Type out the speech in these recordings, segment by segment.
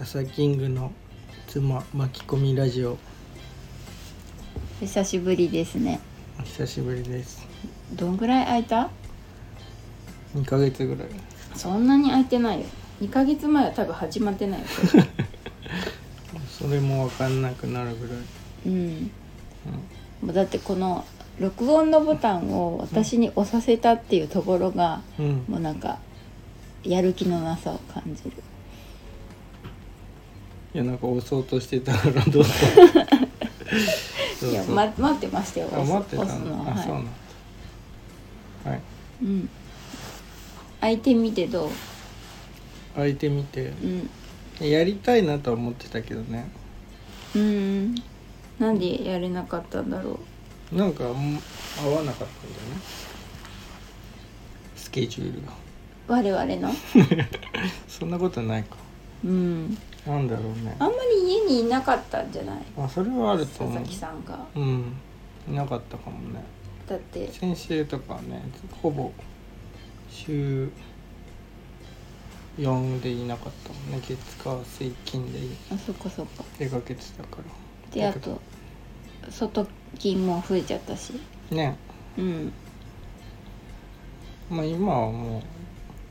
朝キングの妻巻き込みラジオ久しぶりですねお久しぶりですどんぐらい空いた2ヶ月ぐらいそんなに空いてないよ2ヶ月前は多分始まってないよこれそれも分かんなくなるぐらい、うんもうだってこの録音のボタンを私に押させたっていうところがうんうん、もうなんかやる気のなさを感じるいやなんか押そうとしてたからどうぞそう いや、そうま、待ってましたよあ押す待ってた押すののはあそうないんだはいうん空いてみてどう開いてみてうんやりたいなとは思ってたけどねうんなんでやれなかったんだろうなんかあんま合わなかったんだよねスケジュールが我々のそんなことないかうんなんだろうねあんまり家にいなかったんじゃないあそれはある佐と思々う木さんがうんいなかったかもねだって先週とかはねほぼ週4でいなかったもんね月火水金であそっかそっか出かけてたからであと外勤も増えちゃったしねうんまあ今はも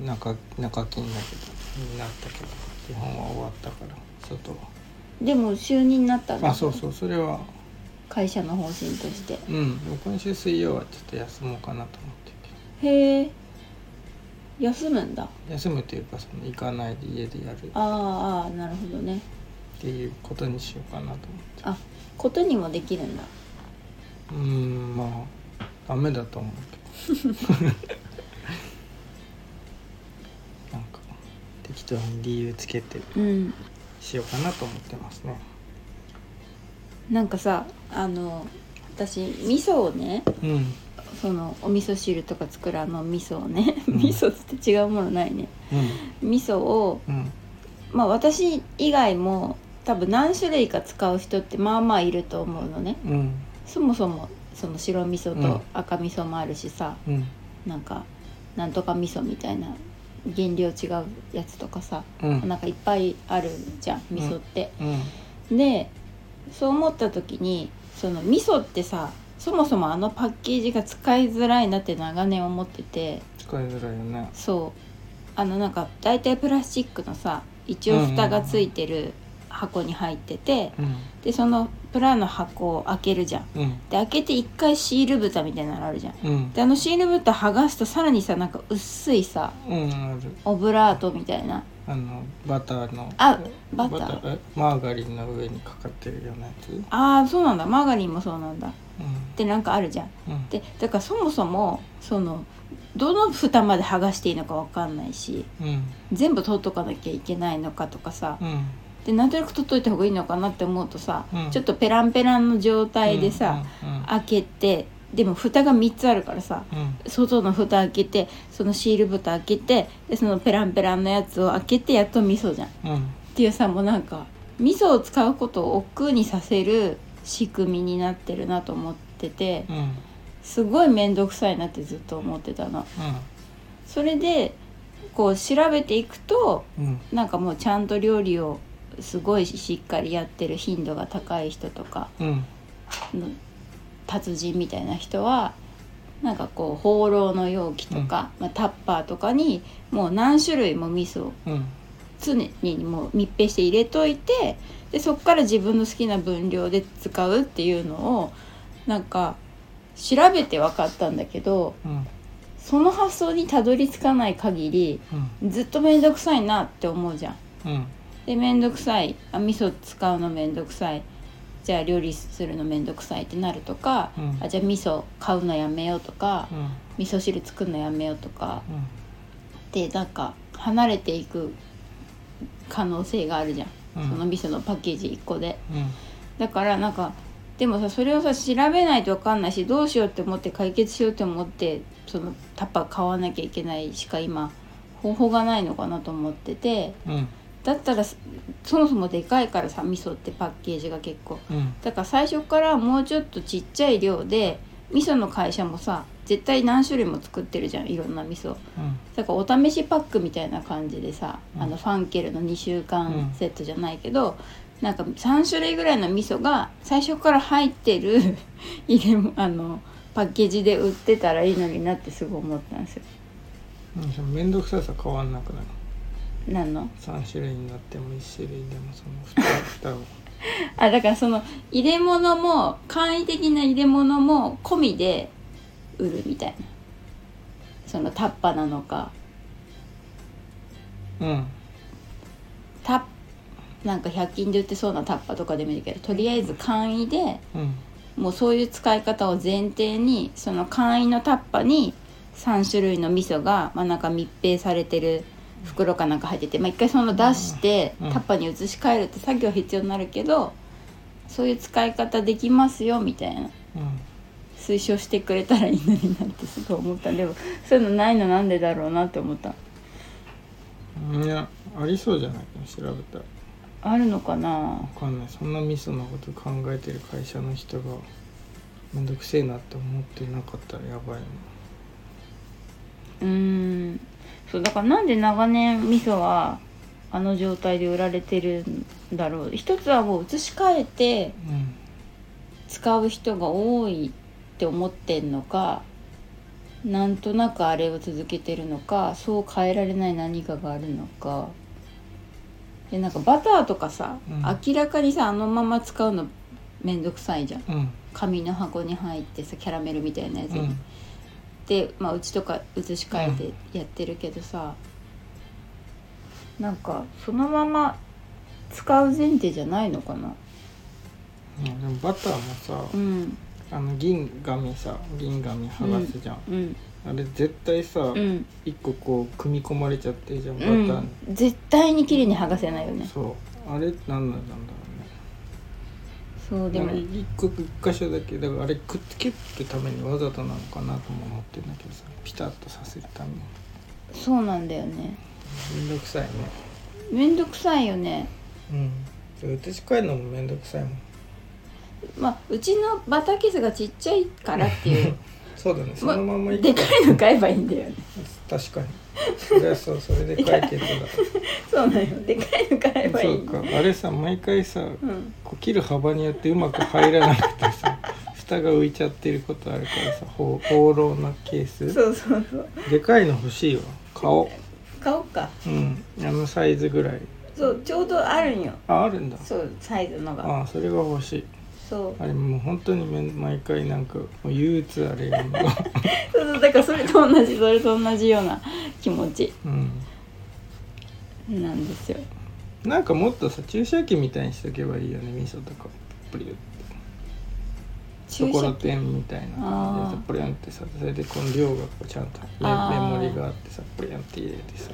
う中中金だけどになったけど基本は終わったから外はでも就任になったんだあそうそうそれは会社の方針としてうん今週水曜はちょっと休もうかなと思ってるけどへえ休むんだ休むというかその行かないで家でやるっああああなるほどねていうことにしようかなと思ってあことにもできるんだうーんまあダメだと思うけどなんか適当に理由つけてうんしようかなと思ってますねなんかさあの私味噌をねうんそのお味噌汁とか作るあの味噌をねうん 味噌つって違うものないねうん味噌をうんまあ私以外も多分何種類か使う人ってまあまあいると思うのねうんそもそもその白味噌うんと赤味噌もあるしさ、うんなんかなんとか味噌みたいな原料違うやつとかさうんなんかいっぱいあるじゃん味噌って。うんでそう思った時にその味噌ってさそもそもあのパッケージが使いづらいなって長年思ってて使いづらいよねそうあのなんか大体プラスチックのさ一応蓋がついてる箱に入っててうんでそのプラの箱を開けるじゃん。うんで開けて一回シール蓋みたいなのあるじゃん。うんであのシール蓋剥がすとさらにさなんか薄いさうんあるオブラートみたいなあのバターのあバターえマーガリンの上にかかってるようなやつうんあーそうなんだマーガリンもそうなんだってなんかあるじゃんうんでだからそもそもそのどの蓋まで剥がしていいのかわかんないしうん全部取っとかなきゃいけないのかとかさうんでなんとなく取っといた方がいいのかなって思うとさ、うんちょっとペランペランの状態でさ、うんうん開けてでも蓋が3つあるからさうん外の蓋開けてそのシール蓋開けてでそのペランペランのやつを開けてやっと味噌じゃんっうんていうさもうなんか味噌を使うことを億劫にさせる仕組みになってるなと思っててうんうんすごい面倒くさいなってずっと思ってたのそれでこう調べていくとうんなんかもうちゃんと料理をすごいしっかりやってる頻度が高い人とかうんの達人みたいな人はなんかこう放浪の容器とか、まあ、タッパーとかにもう何種類も味噌をうん常にもう密閉して入れといてでそこから自分の好きな分量で使うっていうのをなんか調べて分かったんだけどうんその発想にたどり着かない限りうんずっと面倒くさいなって思うじゃん。うんで面倒くさいあ味噌使うの面倒くさいじゃあ料理するの面倒くさいってなるとか、うんあじゃあ味噌買うのやめようとか、うん味噌汁作るのやめようとかうんでなんか離れていく可能性があるじゃん、うんその味噌のパッケージ1個でうんだからなんかでもさそれをさ調べないと分かんないしどうしようって思って解決しようって思ってそのタッパー買わなきゃいけないしか今方法がないのかなと思ってて。うんだったらそそもそもでかいからさ味噌ってパッケージが結構うんだから最初からもうちょっとちっちゃい量で味噌の会社もさ絶対何種類も作ってるじゃんいろんな味噌だからお試しパックみたいな感じでさ、うんあのファンケルの2週間うんセットじゃないけど、なんか3種類ぐらいの味噌が最初から入ってる 入れもあのパッケージで売ってたらいいのになってすごい思ったんですよ。うんその面倒くささ変わんなくなるなんの3種類になっても1種類でもその蓋蓋をあだからその入れ物も簡易的な入れ物も込みで売るみたいなそのタッパなのかうんタッなんか100均で売ってそうなタッパとかでもいいけどとりあえず簡易でうんもうそういう使い方を前提にその簡易のタッパに3種類の味噌が、まあ、なんか密閉されてる袋かなんか入ってて、まあ、一回その出してうんタうんッパに移し替えるって作業必要になるけどそういう使い方できますよみたいなうん推奨してくれたらいいのになってすごい思ったでもそういうのないのなんでだろうなって思ったいやありそうじゃないかな調べたらあるのかな分かんないそんなミスのこと考えてる会社の人がめんどくせえなって思ってなかったらやばいなうーんそうだからなんで長年味噌はあの状態で売られてるんだろう一つはもう移し替えてうん使う人が多いって思ってんのかなんとなくあれを続けてるのかそう変えられない何かがあるのかでなんかバターとかさ、うん明らかにさあのまま使うのめんどくさいじゃんうん紙の箱に入ってさキャラメルみたいなやつうに、んで、まあ、うちとか移し替えてやってるけどさ、なんかそのまま使う前提じゃないのかなうんでもバターもさうんあの銀紙さ銀紙剥がすじゃん、うんあれ絶対さ、うん一個こう組み込まれちゃってるじゃんバうターに、ん絶対に綺麗に剥がせないよねそうあれ何なんだろそううねでなんもか一個一箇所だけだからあれくっつけるためにわざとなのかなとも思ってんだけどさピタッとさせるためにそうなんだよねめんどくさいねめんどくさいよねうん移し替えるのもめんどくさいもんまあうちのバターキスがちっちゃいからって いうそうだねそまのままいでくかいの買えばいいんだよね確かにそれはそうそれで解 決だそうなのよでかいの買えばいそいんうだかあれさ毎回さうんこう切る幅によってうまく入らなくてさ 蓋が浮いちゃってることあるからさほう放浪なケースそうそうそうでかいの欲しいわ顔買おうかうんあのサイズぐらいそうちょうどあるんよああるんだそうサイズのがああそれが欲しいそうあれもう本当にめん毎回なんかもう憂鬱あれやんの そうそうだからそれと同じそれと同じような気持ちうんなんですよなんかもっとさ注射器みたいにしとけばいいよね味噌とかプリュってと注ころ射てんみたいな感じでさあープリュンってさそれでこの量がこうちゃんとメあーメモリがあってさプリュンって入れてさ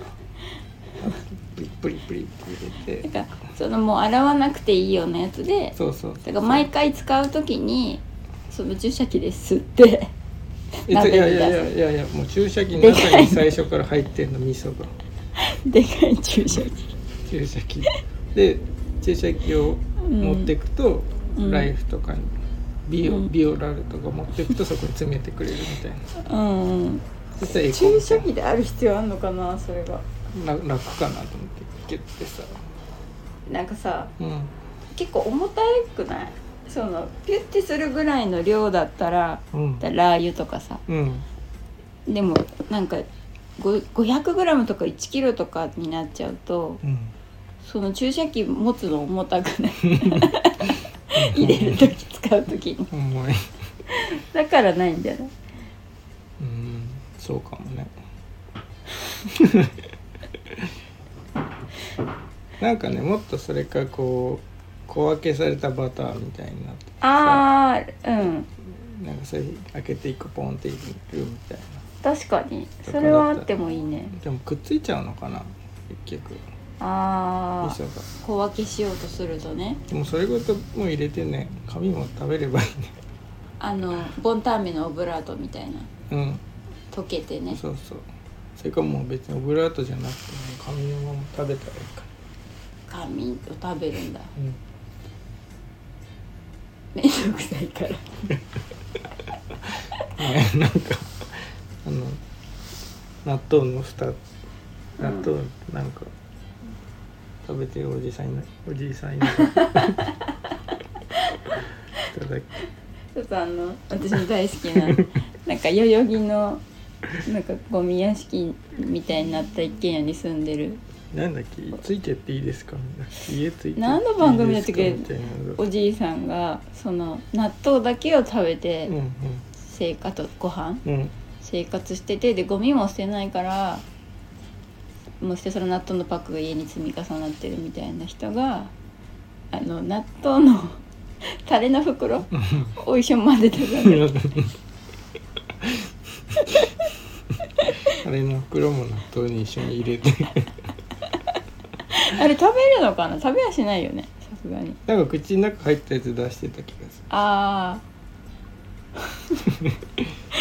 プリプリプリって入れだてからそのもう洗わなくていいようなやつでそうそうそうだから毎回使う時にその注射器で吸って えいや鍋いにや出すいやいやいやもう注射器の中に最初から入ってんの味噌がでかい注射器注射器で注射器を持ってくと、うんライフとかにビオ,、うんビオラルとか持ってくとそこに詰めてくれるみたいなうん、うん、そしたらエコ注射器である必要あんのかなそれがな楽かなと思ってキュッてさ、なんかさうん結構重たいくないそのピュッてするぐらいの量だったらうんだラー油とかさうん、でもなんかご 500g とか 1kg とかになっちゃうとうん、その注射器持つの重た くない入れる時使う時に重い、だからないんじゃないうん、そうかも ねなんかねもっとそれかこう小分けされたバターみたいになってあーうんなんかそれ開けていくポンっていくみたいな確かにとそかだったられはあってもいいねでもくっついちゃうのかな結局あ味あ噌が小分けしようとするとねでもそれごともう入れてね紙も食べればい いねあのボンタンメのオブラートみたいなうん溶けてねそうそうそれかもう別にオブラートじゃなくても紙のまま食べたらいいか紙を食べるんだらうんめんどくさいからねなんか納豆の蓋ん納豆なんか、食べてるおじさんいないおじいさんいないいただきちょっとあの私の大好き ななんか代々木のなんかゴミ屋敷みたいになった一軒家に住んでるなんだっけついてっていいですか家ついてっていいですか何の番組だったっけみたいなのがおじいさんがその納豆だけを食べてうん生活ご飯うん うん生活しててでゴミも捨てないからもう捨てその納豆のパックが家に積み重なってるみたいな人があの納豆の タレの袋お一緒に混ぜてたんだよあれの袋も納豆に一緒に入れてあれ食べるのかな食べはしないよねさすがになんか口の中入ったやつ出してた気がするあ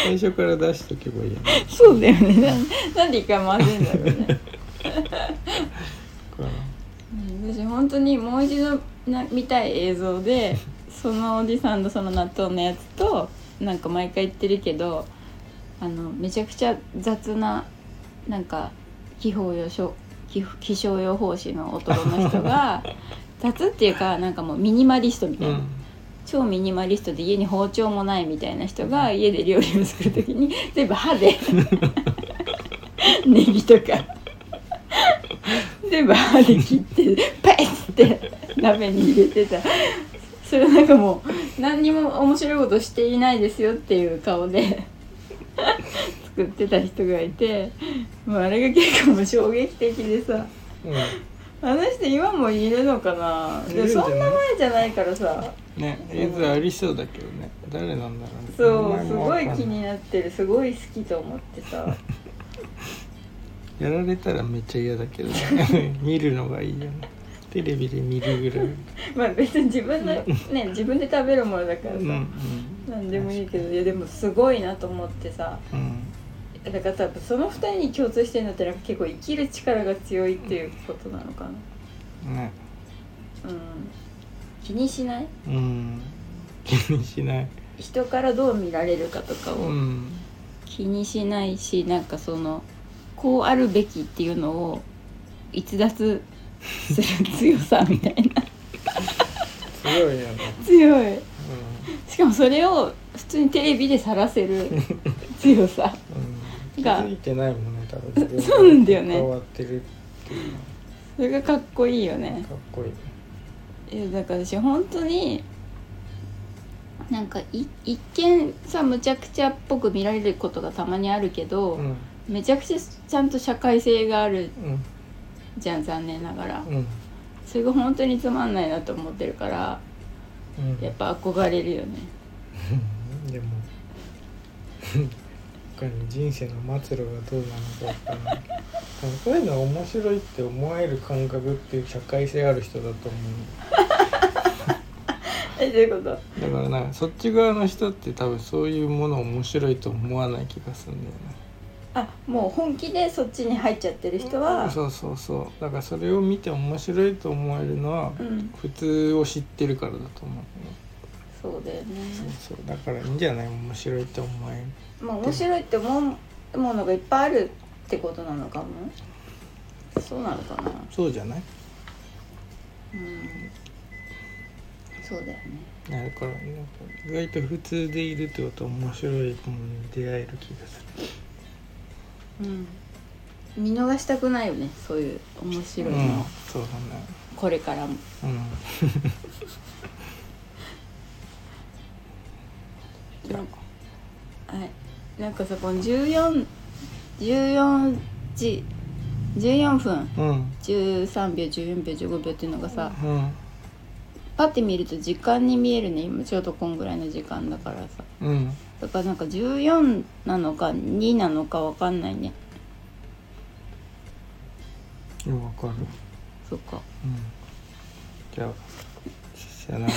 最初から出しとけばいいやねあそうだよねななん で一回混ぜるんだろうねからうん私本当にもう一度な見たい映像でそのおじさんのその納豆のやつとなんか毎回言ってるけどあのめちゃくちゃ雑ななんか気泡予症気気象予報士の男の人が雑っていうかなんかもうミニマリストみたいな、うん超ミニマリストで家に包丁もないみたいな人が家で料理を作る時 に全部歯でネギとか全部歯で切ってパイッって鍋に入れてたそれなんかもう何にも面白いことしていないですよっていう顔で 作ってた人がいてもうあれが結構もう衝撃的でさうあの人今もいるのかなでもそんな前じゃないからさん、ね映像ありそうだけどね誰なんだろうねそう名前すもごわかんいな気になってるすごい好きと思ってさ やられたらめっちゃ嫌だけどね 見るのがいいよねテレビで見るぐらいまあ別に自分のね自分で食べるものだからさ、うんうんなんでもいいけどいやでもすごいなと思ってさうんだから多分その二人に共通してるのってなんか結構生きる力が強いっていうことなのかなねうん気にしないうん気にしない人からどう見られるかとかうをん気にしないしなんかそのこうあるべきっていうのを逸脱する強さみたいなすごいよね、強いしかもそれを普通にテレビで晒せる強さうんうん、気がづいてないもんね多分自分が そうなんだよね変わってるっていうのそれがかっこいいよねはかっこいいいやだから私本当になんかい一見さむちゃくちゃっぽく見られることがたまにあるけど、うんめちゃくちゃちゃんと社会性があるうんじゃん残念ながらうんそれが本当につまんないなと思ってるからうんやっぱ憧れるよねうんでも他に人生の末路がどうなのか分からないでもそういうの面白いって思える感覚っていう社会性ある人だと思えどういうことうだからなんかそっち側の人って多分そういうもの面白いと思わない気がするんだよねあもう本気でそっちに入っちゃってる人はそうそうそうだからそれを見て面白いと思えるのはうん普通を知ってるからだと思うね、そうだよねそうそうだからいいんじゃない面白いって思えるまあ面白いって思うものがいっぱいあるってことなのかもそうなのかなそうじゃないうんそうだよねなるからなんか意外と普通でいるってことは面白いものに出会える気がすうん見逃したくないよねそういう面る白いの、うんそうだねこれからもうんじゃはいなんかさこの1414 14時14分あうん13秒14秒15秒っていうのがさうんパッて見ると時間に見えるね今ちょうどこんぐらいの時間だからさうんだからなんか14なのか2なのかわかんないねいやわかるそっかうんじゃあさよなら